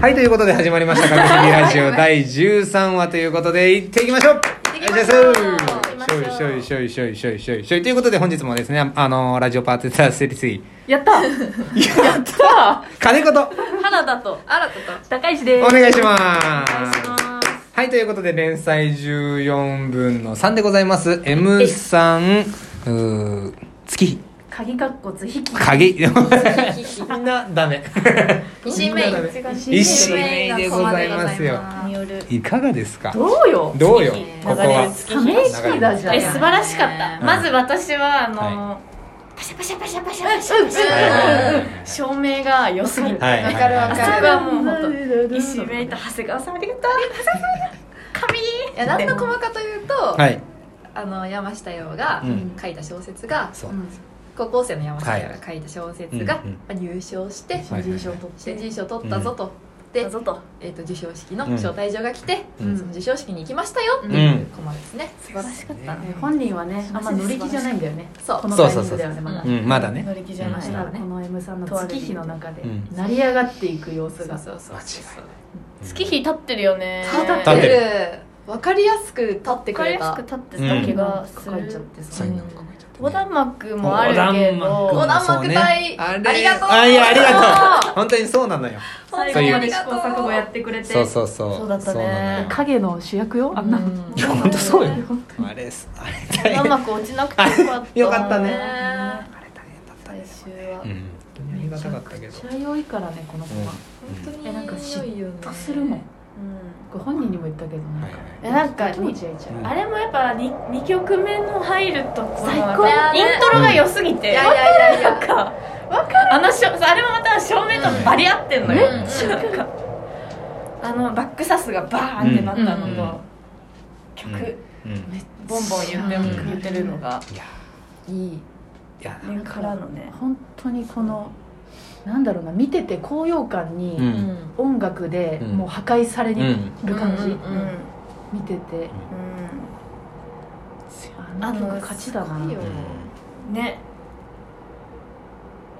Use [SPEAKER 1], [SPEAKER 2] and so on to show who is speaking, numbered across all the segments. [SPEAKER 1] はい、ということで始まりました、かみすぎラジオ第13話ということで、行っていきましょう
[SPEAKER 2] 行ってきましょ
[SPEAKER 1] お
[SPEAKER 2] う
[SPEAKER 1] 願いしますしょいしょいしょいしょいしょいしょいしょい。ということで本日もですね、あの、ラジオパーティーター33、
[SPEAKER 3] やったやった
[SPEAKER 1] 金子と
[SPEAKER 2] 原田と新田と
[SPEAKER 3] 高石で
[SPEAKER 1] お
[SPEAKER 3] す
[SPEAKER 1] 願いしま
[SPEAKER 2] お願いし
[SPEAKER 1] す。
[SPEAKER 2] ます
[SPEAKER 1] はい、ということで連載14分の3でございます。M さん、うー月日。
[SPEAKER 3] 鍵かっこつ引き
[SPEAKER 1] 影。みんなダメ。
[SPEAKER 2] 石井メイ
[SPEAKER 1] 石井メイでございますよ
[SPEAKER 2] による
[SPEAKER 1] いかがですか
[SPEAKER 3] どうよ
[SPEAKER 1] どうよ
[SPEAKER 2] 月日、
[SPEAKER 1] ここ
[SPEAKER 3] 流れ
[SPEAKER 1] は。
[SPEAKER 3] ため息だじゃん
[SPEAKER 2] え素晴らしかった、
[SPEAKER 1] うん
[SPEAKER 2] まず私はあの、
[SPEAKER 1] は
[SPEAKER 2] パシャパシャパシャパシャパシャパシ
[SPEAKER 1] はいはい
[SPEAKER 2] ャ照明が良すぎる、
[SPEAKER 1] はい。
[SPEAKER 4] わかるわ
[SPEAKER 2] あ
[SPEAKER 4] か
[SPEAKER 2] そ
[SPEAKER 4] る
[SPEAKER 2] こはもう本当
[SPEAKER 3] 一
[SPEAKER 2] 石井メイと長谷川さんありがとう神
[SPEAKER 4] いや何の細かというと、
[SPEAKER 1] はい。
[SPEAKER 4] あの山下洋が
[SPEAKER 1] うん
[SPEAKER 4] 書いた小説が、
[SPEAKER 1] そう。
[SPEAKER 4] 高校生の山下洋が書いた小説が、
[SPEAKER 1] はいうんうん
[SPEAKER 4] まあ、入賞して
[SPEAKER 1] 新人賞を
[SPEAKER 3] 取
[SPEAKER 4] 新人賞取ったぞと、
[SPEAKER 2] だ
[SPEAKER 4] で、
[SPEAKER 2] ぞと
[SPEAKER 4] えー、と授賞式の招待状が来て、
[SPEAKER 1] うん
[SPEAKER 4] その授賞式に行きましたよって
[SPEAKER 1] ん
[SPEAKER 4] いうコマですね、
[SPEAKER 2] 素晴らしかった、
[SPEAKER 1] ね
[SPEAKER 3] 本人はねあんま乗り気じゃないんだよね
[SPEAKER 4] そう
[SPEAKER 3] このタイミングだよねまだ
[SPEAKER 1] う
[SPEAKER 3] ね
[SPEAKER 1] ん、まだね。
[SPEAKER 4] 乗り気じゃ
[SPEAKER 1] な
[SPEAKER 4] ないい
[SPEAKER 1] そ
[SPEAKER 3] だ
[SPEAKER 1] う
[SPEAKER 3] からこの M さんの月日の中で
[SPEAKER 1] うん
[SPEAKER 3] 成り上がっていく様子が
[SPEAKER 4] そうそうそう
[SPEAKER 2] 月日立ってるよね
[SPEAKER 4] 立ってる分かりやすく立って
[SPEAKER 2] 分
[SPEAKER 4] く
[SPEAKER 2] かり
[SPEAKER 4] れ
[SPEAKER 2] やすく
[SPEAKER 4] た
[SPEAKER 2] 立ってた気がす
[SPEAKER 3] 書いちゃ
[SPEAKER 2] る
[SPEAKER 3] って
[SPEAKER 1] そ
[SPEAKER 3] さ
[SPEAKER 1] ういうのが書いて
[SPEAKER 2] 横
[SPEAKER 1] ある
[SPEAKER 2] 断幕もあるけ
[SPEAKER 1] 横
[SPEAKER 4] 横
[SPEAKER 2] ど
[SPEAKER 4] 断幕隊
[SPEAKER 1] そうね
[SPEAKER 4] ありがとう
[SPEAKER 1] あいやありがとう本当にそうなのよ
[SPEAKER 2] 最後まで試行錯誤やってくれて
[SPEAKER 1] そうそうそう
[SPEAKER 2] そうだったね
[SPEAKER 1] なのよ
[SPEAKER 3] 影の主役よあんなの
[SPEAKER 4] うん
[SPEAKER 1] いや本当そうよ
[SPEAKER 3] 本
[SPEAKER 1] あれすあれ大変
[SPEAKER 2] 横断幕落ちなくてよかった
[SPEAKER 1] よかったね
[SPEAKER 2] ね
[SPEAKER 1] あれ大変だった
[SPEAKER 2] 最
[SPEAKER 1] ね
[SPEAKER 2] 終は
[SPEAKER 1] うんありがたかったけ
[SPEAKER 3] め
[SPEAKER 1] ど
[SPEAKER 3] ちゃくちゃ良いからねこの子は
[SPEAKER 4] 本
[SPEAKER 3] えなん
[SPEAKER 4] 当
[SPEAKER 3] か
[SPEAKER 4] に
[SPEAKER 3] 嫉
[SPEAKER 4] 良いよね
[SPEAKER 3] とするも
[SPEAKER 2] う
[SPEAKER 3] んこれ本人にも言ったけど
[SPEAKER 1] うん
[SPEAKER 3] な
[SPEAKER 1] は
[SPEAKER 3] ん
[SPEAKER 1] い
[SPEAKER 3] か
[SPEAKER 2] んえなんか
[SPEAKER 3] 気持ちいいちゃう
[SPEAKER 2] あれもやっぱ 2, 二曲目の入るとこの
[SPEAKER 3] 最高
[SPEAKER 2] やっぱイントロが良すぎて、
[SPEAKER 4] いやいやいやい
[SPEAKER 2] なん
[SPEAKER 4] や
[SPEAKER 2] かわかるあのしょあれもまた照明とバリ合ってんのよ、
[SPEAKER 1] うん
[SPEAKER 4] めっちゃ
[SPEAKER 2] なんかあのバックサスがバーンってなったのと、
[SPEAKER 4] うん
[SPEAKER 1] うん
[SPEAKER 2] 曲、
[SPEAKER 1] うんうん
[SPEAKER 2] めボンボン言っても
[SPEAKER 1] うん
[SPEAKER 2] 言ってるのが、
[SPEAKER 1] いや
[SPEAKER 4] いい
[SPEAKER 1] いや
[SPEAKER 2] ねからのね
[SPEAKER 3] 本当にこのなんだろうな見てて高揚感に、
[SPEAKER 1] うん
[SPEAKER 3] 音楽で
[SPEAKER 1] うん
[SPEAKER 3] もう破壊され
[SPEAKER 1] う
[SPEAKER 3] る
[SPEAKER 1] ん
[SPEAKER 3] 感じ、
[SPEAKER 4] うんうんうん
[SPEAKER 3] 見ててあ
[SPEAKER 2] あ
[SPEAKER 3] の
[SPEAKER 2] の
[SPEAKER 3] 曲勝ちだ
[SPEAKER 4] すご
[SPEAKER 3] ない
[SPEAKER 4] よ
[SPEAKER 2] うんね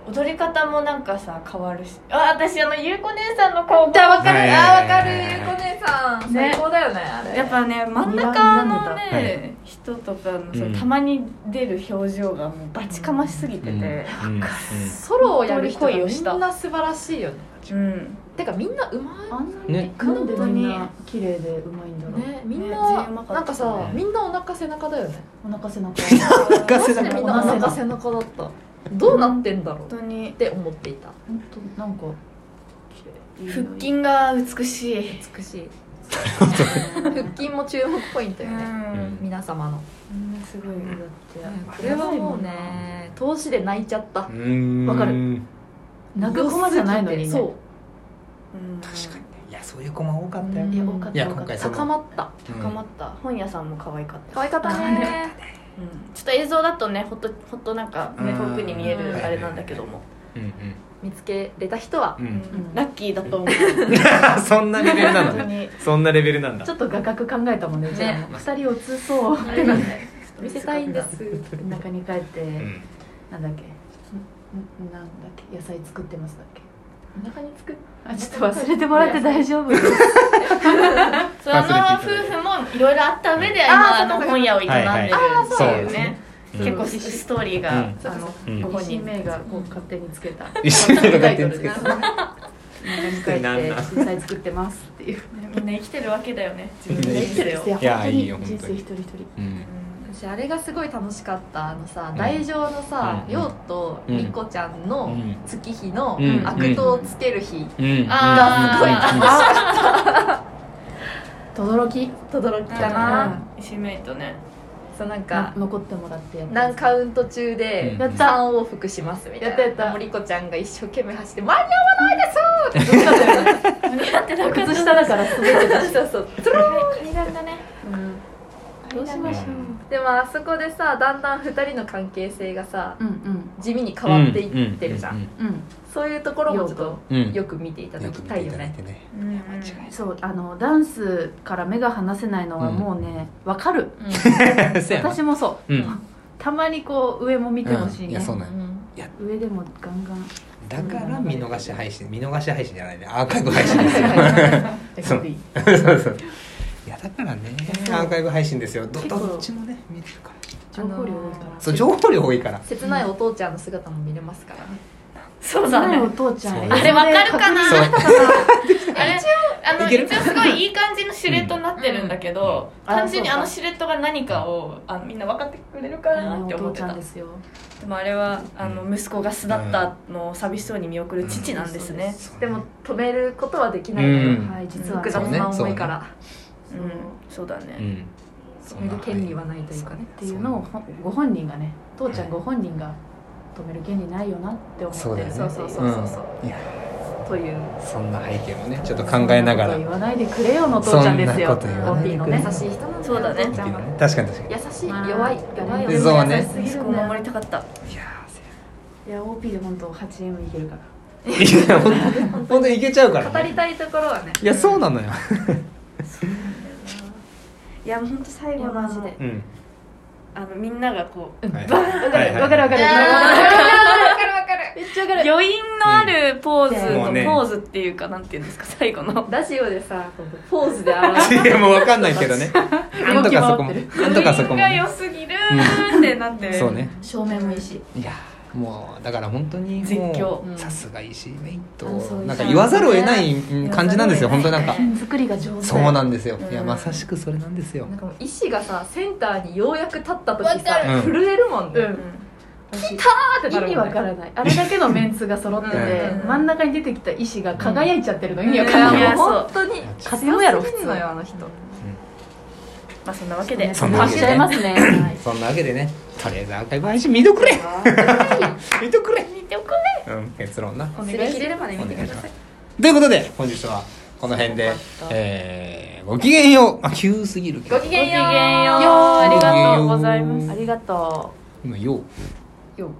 [SPEAKER 2] 踊り方もなんかさ変わるしあ私あのゆうこ姉さんの顔
[SPEAKER 4] じゃあ分かる、
[SPEAKER 1] はいはい
[SPEAKER 4] あ
[SPEAKER 1] は
[SPEAKER 4] 分
[SPEAKER 1] い
[SPEAKER 4] かる
[SPEAKER 1] はい
[SPEAKER 4] ゆうこ姉さん、
[SPEAKER 2] ね
[SPEAKER 4] 最高だよねあれ
[SPEAKER 2] やっぱね真ん中の
[SPEAKER 3] 睨んで
[SPEAKER 1] たは
[SPEAKER 2] ね人とかのそううんたまに出る表情がもうバチかましすぎてて
[SPEAKER 1] うんうん
[SPEAKER 4] ソロをやる人が
[SPEAKER 2] 本当に恋を
[SPEAKER 4] み
[SPEAKER 2] した
[SPEAKER 4] んな素晴らしいよね
[SPEAKER 2] うん
[SPEAKER 4] てかみんなうま
[SPEAKER 3] あんなに、
[SPEAKER 1] ね
[SPEAKER 3] なんでみん
[SPEAKER 2] 本
[SPEAKER 3] な綺麗でうまいんだろ、
[SPEAKER 4] いうねみん
[SPEAKER 2] 全
[SPEAKER 4] な、
[SPEAKER 2] 員うまかった
[SPEAKER 4] なんかさみんなお腹背中だよね
[SPEAKER 3] お腹背中
[SPEAKER 1] お腹背
[SPEAKER 4] マジで
[SPEAKER 1] 中
[SPEAKER 4] みんなお腹背中だったどうなってんだろう
[SPEAKER 2] 本当に
[SPEAKER 4] って思っていた
[SPEAKER 3] 本当なんか
[SPEAKER 2] 腹 筋が美しい
[SPEAKER 4] 美しい腹筋も注目ポイント
[SPEAKER 2] う
[SPEAKER 4] よね、
[SPEAKER 2] ん
[SPEAKER 4] 皆様の
[SPEAKER 3] みんなすごいんだっ
[SPEAKER 4] こ
[SPEAKER 3] て
[SPEAKER 4] れはもうね投資で泣いちゃった
[SPEAKER 1] うん
[SPEAKER 3] わかる
[SPEAKER 1] うん
[SPEAKER 3] 泣く駒じゃないのにね
[SPEAKER 4] そう
[SPEAKER 2] うん
[SPEAKER 1] 確かにねいやそういう子も多かったよ
[SPEAKER 2] うん
[SPEAKER 3] いや多かっ
[SPEAKER 1] いや
[SPEAKER 3] た多
[SPEAKER 1] 今
[SPEAKER 3] かっ
[SPEAKER 1] 回その
[SPEAKER 4] 高まった
[SPEAKER 1] うん
[SPEAKER 2] 高まった本屋さんも可愛かった
[SPEAKER 4] 可愛かったね
[SPEAKER 2] うんちょっと映像だとねほっとほっとなんかね
[SPEAKER 1] うん
[SPEAKER 2] 遠くに見えるあれなんだけども
[SPEAKER 1] うんうん
[SPEAKER 4] 見つけれた人は
[SPEAKER 1] う
[SPEAKER 2] うん
[SPEAKER 1] ん
[SPEAKER 2] ラッキーだと思う
[SPEAKER 1] そんなレベルなの
[SPEAKER 2] 本当
[SPEAKER 1] ね
[SPEAKER 2] に
[SPEAKER 1] そんなレベルなん
[SPEAKER 3] た
[SPEAKER 1] だ
[SPEAKER 3] ちょっと画角考えたもんねじゃあ
[SPEAKER 4] ね
[SPEAKER 3] 2人落ちそう
[SPEAKER 4] あれなんだよ見せたいんです
[SPEAKER 3] 中に帰って、
[SPEAKER 1] うん
[SPEAKER 3] なんだっけんんなんだっけ野菜作ってますだっけ
[SPEAKER 4] お腹につく
[SPEAKER 3] あちょっと忘れてもらって大 丈夫です
[SPEAKER 2] そうあの夫婦もいろいろあった上で今
[SPEAKER 4] あー
[SPEAKER 2] あの本屋を営んでる
[SPEAKER 1] はい
[SPEAKER 4] は
[SPEAKER 2] って
[SPEAKER 4] い
[SPEAKER 2] いう
[SPEAKER 1] あ
[SPEAKER 2] ね
[SPEAKER 1] ーそう
[SPEAKER 2] 結構ストーリーが
[SPEAKER 1] うん
[SPEAKER 3] あの、
[SPEAKER 1] うん
[SPEAKER 3] ご本人名がこう勝手につけた。
[SPEAKER 1] 一緒に戦
[SPEAKER 3] タ
[SPEAKER 1] っ
[SPEAKER 3] イ
[SPEAKER 1] て
[SPEAKER 3] ト
[SPEAKER 1] るんで
[SPEAKER 3] ル
[SPEAKER 1] すけ
[SPEAKER 3] で
[SPEAKER 1] ど
[SPEAKER 3] す。帰って
[SPEAKER 1] なんなん
[SPEAKER 3] 実際作ってますっていう。
[SPEAKER 2] みんな生きてるわけだよね自
[SPEAKER 1] 分
[SPEAKER 2] 分
[SPEAKER 1] で
[SPEAKER 2] で
[SPEAKER 1] 生
[SPEAKER 2] 生
[SPEAKER 1] きて
[SPEAKER 2] きて
[SPEAKER 1] る
[SPEAKER 2] る
[SPEAKER 3] い
[SPEAKER 2] よ
[SPEAKER 3] や
[SPEAKER 1] いや
[SPEAKER 3] 本当
[SPEAKER 1] いいよ
[SPEAKER 3] に
[SPEAKER 1] 本
[SPEAKER 3] 人
[SPEAKER 1] 当
[SPEAKER 3] 生
[SPEAKER 1] に
[SPEAKER 3] 一人一人。
[SPEAKER 1] うん
[SPEAKER 4] 私あれがすごい楽しかったあのさ
[SPEAKER 1] うん
[SPEAKER 4] 大乗のさ
[SPEAKER 1] うん
[SPEAKER 4] りょうとりこちゃん
[SPEAKER 1] う
[SPEAKER 4] の
[SPEAKER 1] ん
[SPEAKER 4] 月日の
[SPEAKER 1] うん
[SPEAKER 4] 悪党をつける日
[SPEAKER 1] うん
[SPEAKER 2] あ
[SPEAKER 3] 轟き
[SPEAKER 4] 轟き
[SPEAKER 2] ー
[SPEAKER 4] かな
[SPEAKER 2] 石メイとね
[SPEAKER 4] そうなん
[SPEAKER 3] が
[SPEAKER 4] か
[SPEAKER 3] 残ってもらってやった
[SPEAKER 4] 何カウント中で
[SPEAKER 1] うん
[SPEAKER 4] 3往復しますみたいな
[SPEAKER 3] やったやった
[SPEAKER 4] もうりこちゃんが一生懸命走って「間に合わないです!」
[SPEAKER 2] やってなかった
[SPEAKER 3] 靴下だから滑ってたし。
[SPEAKER 4] そうそう
[SPEAKER 2] 階段だね
[SPEAKER 3] どうしましょう。
[SPEAKER 4] でもあそこでさだんだん2人の関係性がさ
[SPEAKER 3] うんうん
[SPEAKER 4] 地味に変わっていってるじゃん、
[SPEAKER 3] うん。
[SPEAKER 4] そういうところもちょっと
[SPEAKER 1] うん
[SPEAKER 4] よく見ていただきたいよね
[SPEAKER 1] ね
[SPEAKER 3] そうあのダンスから目が離せないのはもうねわかる。 私もそう。
[SPEAKER 1] うん
[SPEAKER 3] たまにこう上も見てほしい
[SPEAKER 1] い
[SPEAKER 3] ね
[SPEAKER 1] や。そうなん
[SPEAKER 4] うん
[SPEAKER 3] 上でもガンガン。
[SPEAKER 1] だから見逃し配信見逃し配信じゃないねアーカイブ配信ですよそう そうそういやだからねアーカイブ配信ですよど
[SPEAKER 3] 結構
[SPEAKER 1] どっちもね見れるから
[SPEAKER 3] 情報量多いから
[SPEAKER 1] そう情報量多いから
[SPEAKER 4] 切ないお父ちゃんの姿も見れますからね
[SPEAKER 2] そうだね
[SPEAKER 3] お父ちゃ
[SPEAKER 1] そうんあ
[SPEAKER 2] れわかるか な
[SPEAKER 1] そう
[SPEAKER 2] あれあの
[SPEAKER 1] いける
[SPEAKER 2] 一応すごいいい感じのシュレットになってるんだけど、
[SPEAKER 3] うん
[SPEAKER 2] 単純に
[SPEAKER 3] あ
[SPEAKER 2] あ
[SPEAKER 3] そう
[SPEAKER 2] の
[SPEAKER 3] か
[SPEAKER 2] シュレットが何かをあみんな分かってくれるかなって
[SPEAKER 3] お
[SPEAKER 2] 思っ
[SPEAKER 3] 父
[SPEAKER 2] て
[SPEAKER 3] ちゃ
[SPEAKER 2] た
[SPEAKER 3] ん
[SPEAKER 2] で
[SPEAKER 3] ですよ
[SPEAKER 2] もあれはあの息子が巣立ったのを寂しそうに見送る父なんですね、
[SPEAKER 1] そう
[SPEAKER 4] でも止めることはできないうのよ、
[SPEAKER 1] ん
[SPEAKER 3] はい実は
[SPEAKER 4] 複
[SPEAKER 3] ね
[SPEAKER 1] そ
[SPEAKER 4] 雑
[SPEAKER 1] うね
[SPEAKER 4] な思いから
[SPEAKER 2] うんそうだね、
[SPEAKER 1] うん
[SPEAKER 4] 止める権利はないというかね
[SPEAKER 3] っていうのをほんご本人がね父ちゃんご本人が止める権利ないよなって思って
[SPEAKER 1] そうだよね
[SPEAKER 4] そうそう
[SPEAKER 1] そ
[SPEAKER 4] そ
[SPEAKER 1] ん
[SPEAKER 4] う
[SPEAKER 1] な
[SPEAKER 4] そうそう
[SPEAKER 1] うんいや
[SPEAKER 4] という
[SPEAKER 1] そんな背景もねちょっと考えなが
[SPEAKER 3] そん
[SPEAKER 1] ら
[SPEAKER 3] こと言わないでくれよの父ちゃんですよ
[SPEAKER 1] そんなこと言わないでくれ
[SPEAKER 3] コンピーの
[SPEAKER 4] 優
[SPEAKER 3] ね
[SPEAKER 4] しい人なん
[SPEAKER 2] そうだね
[SPEAKER 4] お父ちゃんは
[SPEAKER 1] 確かに確かに
[SPEAKER 4] 優しい
[SPEAKER 3] まあ
[SPEAKER 4] 弱い弱い
[SPEAKER 1] そう
[SPEAKER 4] 女
[SPEAKER 1] ね
[SPEAKER 4] 優しすぎ
[SPEAKER 2] 息
[SPEAKER 4] る
[SPEAKER 2] 子を
[SPEAKER 4] んだよ
[SPEAKER 2] 守りたかった
[SPEAKER 1] いや
[SPEAKER 3] いや OP で本当 8M いけるから
[SPEAKER 1] ーいや本当に本当にいけちゃうから、
[SPEAKER 4] 語り
[SPEAKER 1] ね、
[SPEAKER 4] たいところはね
[SPEAKER 1] いやそうなのよ
[SPEAKER 2] いやもうほんと最後の
[SPEAKER 4] マジで
[SPEAKER 1] うん
[SPEAKER 2] あのみんながこう
[SPEAKER 1] はい
[SPEAKER 2] バーン
[SPEAKER 1] はいはい
[SPEAKER 3] わかるわかるわかる
[SPEAKER 4] わかるわかる
[SPEAKER 3] めっちゃわか る
[SPEAKER 2] 余韻のあるポーズ
[SPEAKER 1] うんも
[SPEAKER 2] の
[SPEAKER 1] うね
[SPEAKER 2] ポーズっていうかなんていうんですか最後の
[SPEAKER 4] ラジオでさこうポーズで表
[SPEAKER 1] いやもうわかんないけどねなんとかそこも
[SPEAKER 3] 動き
[SPEAKER 1] なんとかそこも
[SPEAKER 2] 余韻
[SPEAKER 1] ね
[SPEAKER 2] が良すぎるーってなって
[SPEAKER 1] そうね
[SPEAKER 3] 照明もいいし
[SPEAKER 1] いやもうだから本当にも
[SPEAKER 2] 絶叫
[SPEAKER 1] う
[SPEAKER 3] うん
[SPEAKER 1] さすが石井メイと
[SPEAKER 3] あそう
[SPEAKER 1] なんか言わざるを得ないうん感じなんですよ本当なんか
[SPEAKER 2] 言わざるを得ないね
[SPEAKER 3] 作りが上手
[SPEAKER 1] そうなんですよ
[SPEAKER 4] うん
[SPEAKER 1] いやまさしくそれなんですよ
[SPEAKER 4] なんかもう意志がさセンターにようやく立った時
[SPEAKER 2] わか
[SPEAKER 4] さ
[SPEAKER 1] る
[SPEAKER 4] 震えるもんね、
[SPEAKER 3] うん
[SPEAKER 4] きたーって
[SPEAKER 3] 意
[SPEAKER 4] なるもんね
[SPEAKER 3] 味わからないあれだけのメンツが揃ってて、
[SPEAKER 4] うん
[SPEAKER 3] 真ん中に出てきた石が輝いちゃってるの意
[SPEAKER 4] い
[SPEAKER 3] 味わか
[SPEAKER 4] や
[SPEAKER 3] らない、
[SPEAKER 4] も
[SPEAKER 2] やそう
[SPEAKER 4] う本当に
[SPEAKER 3] 勝てよやろ
[SPEAKER 4] 強すぎんのよあの人
[SPEAKER 2] まあそんなわけで
[SPEAKER 1] そんなわ
[SPEAKER 3] 発
[SPEAKER 1] けで
[SPEAKER 3] しちゃいますね、 はい
[SPEAKER 1] そんなわけでねとりあえずアーカイブ配信見とくれ 見とくれ
[SPEAKER 2] 見ておく
[SPEAKER 1] うん結論な
[SPEAKER 4] お
[SPEAKER 2] 願い
[SPEAKER 4] 願
[SPEAKER 2] しま
[SPEAKER 4] い
[SPEAKER 2] す
[SPEAKER 4] 切れればね見てくだ
[SPEAKER 1] お願いし
[SPEAKER 4] さ
[SPEAKER 1] ま
[SPEAKER 4] い
[SPEAKER 1] ということで本日はこの辺でえーごきげんようあ急すぎるけど
[SPEAKER 4] ごきげんよう
[SPEAKER 2] ごきげんよう
[SPEAKER 1] あ
[SPEAKER 2] あ
[SPEAKER 1] り
[SPEAKER 2] り
[SPEAKER 1] が
[SPEAKER 2] が
[SPEAKER 1] と
[SPEAKER 2] と
[SPEAKER 1] う
[SPEAKER 2] う
[SPEAKER 1] ご
[SPEAKER 2] ご
[SPEAKER 1] ざ
[SPEAKER 2] ざ
[SPEAKER 1] い
[SPEAKER 2] い
[SPEAKER 1] ま
[SPEAKER 2] ますす
[SPEAKER 3] ありがとう
[SPEAKER 1] 今よう
[SPEAKER 4] よ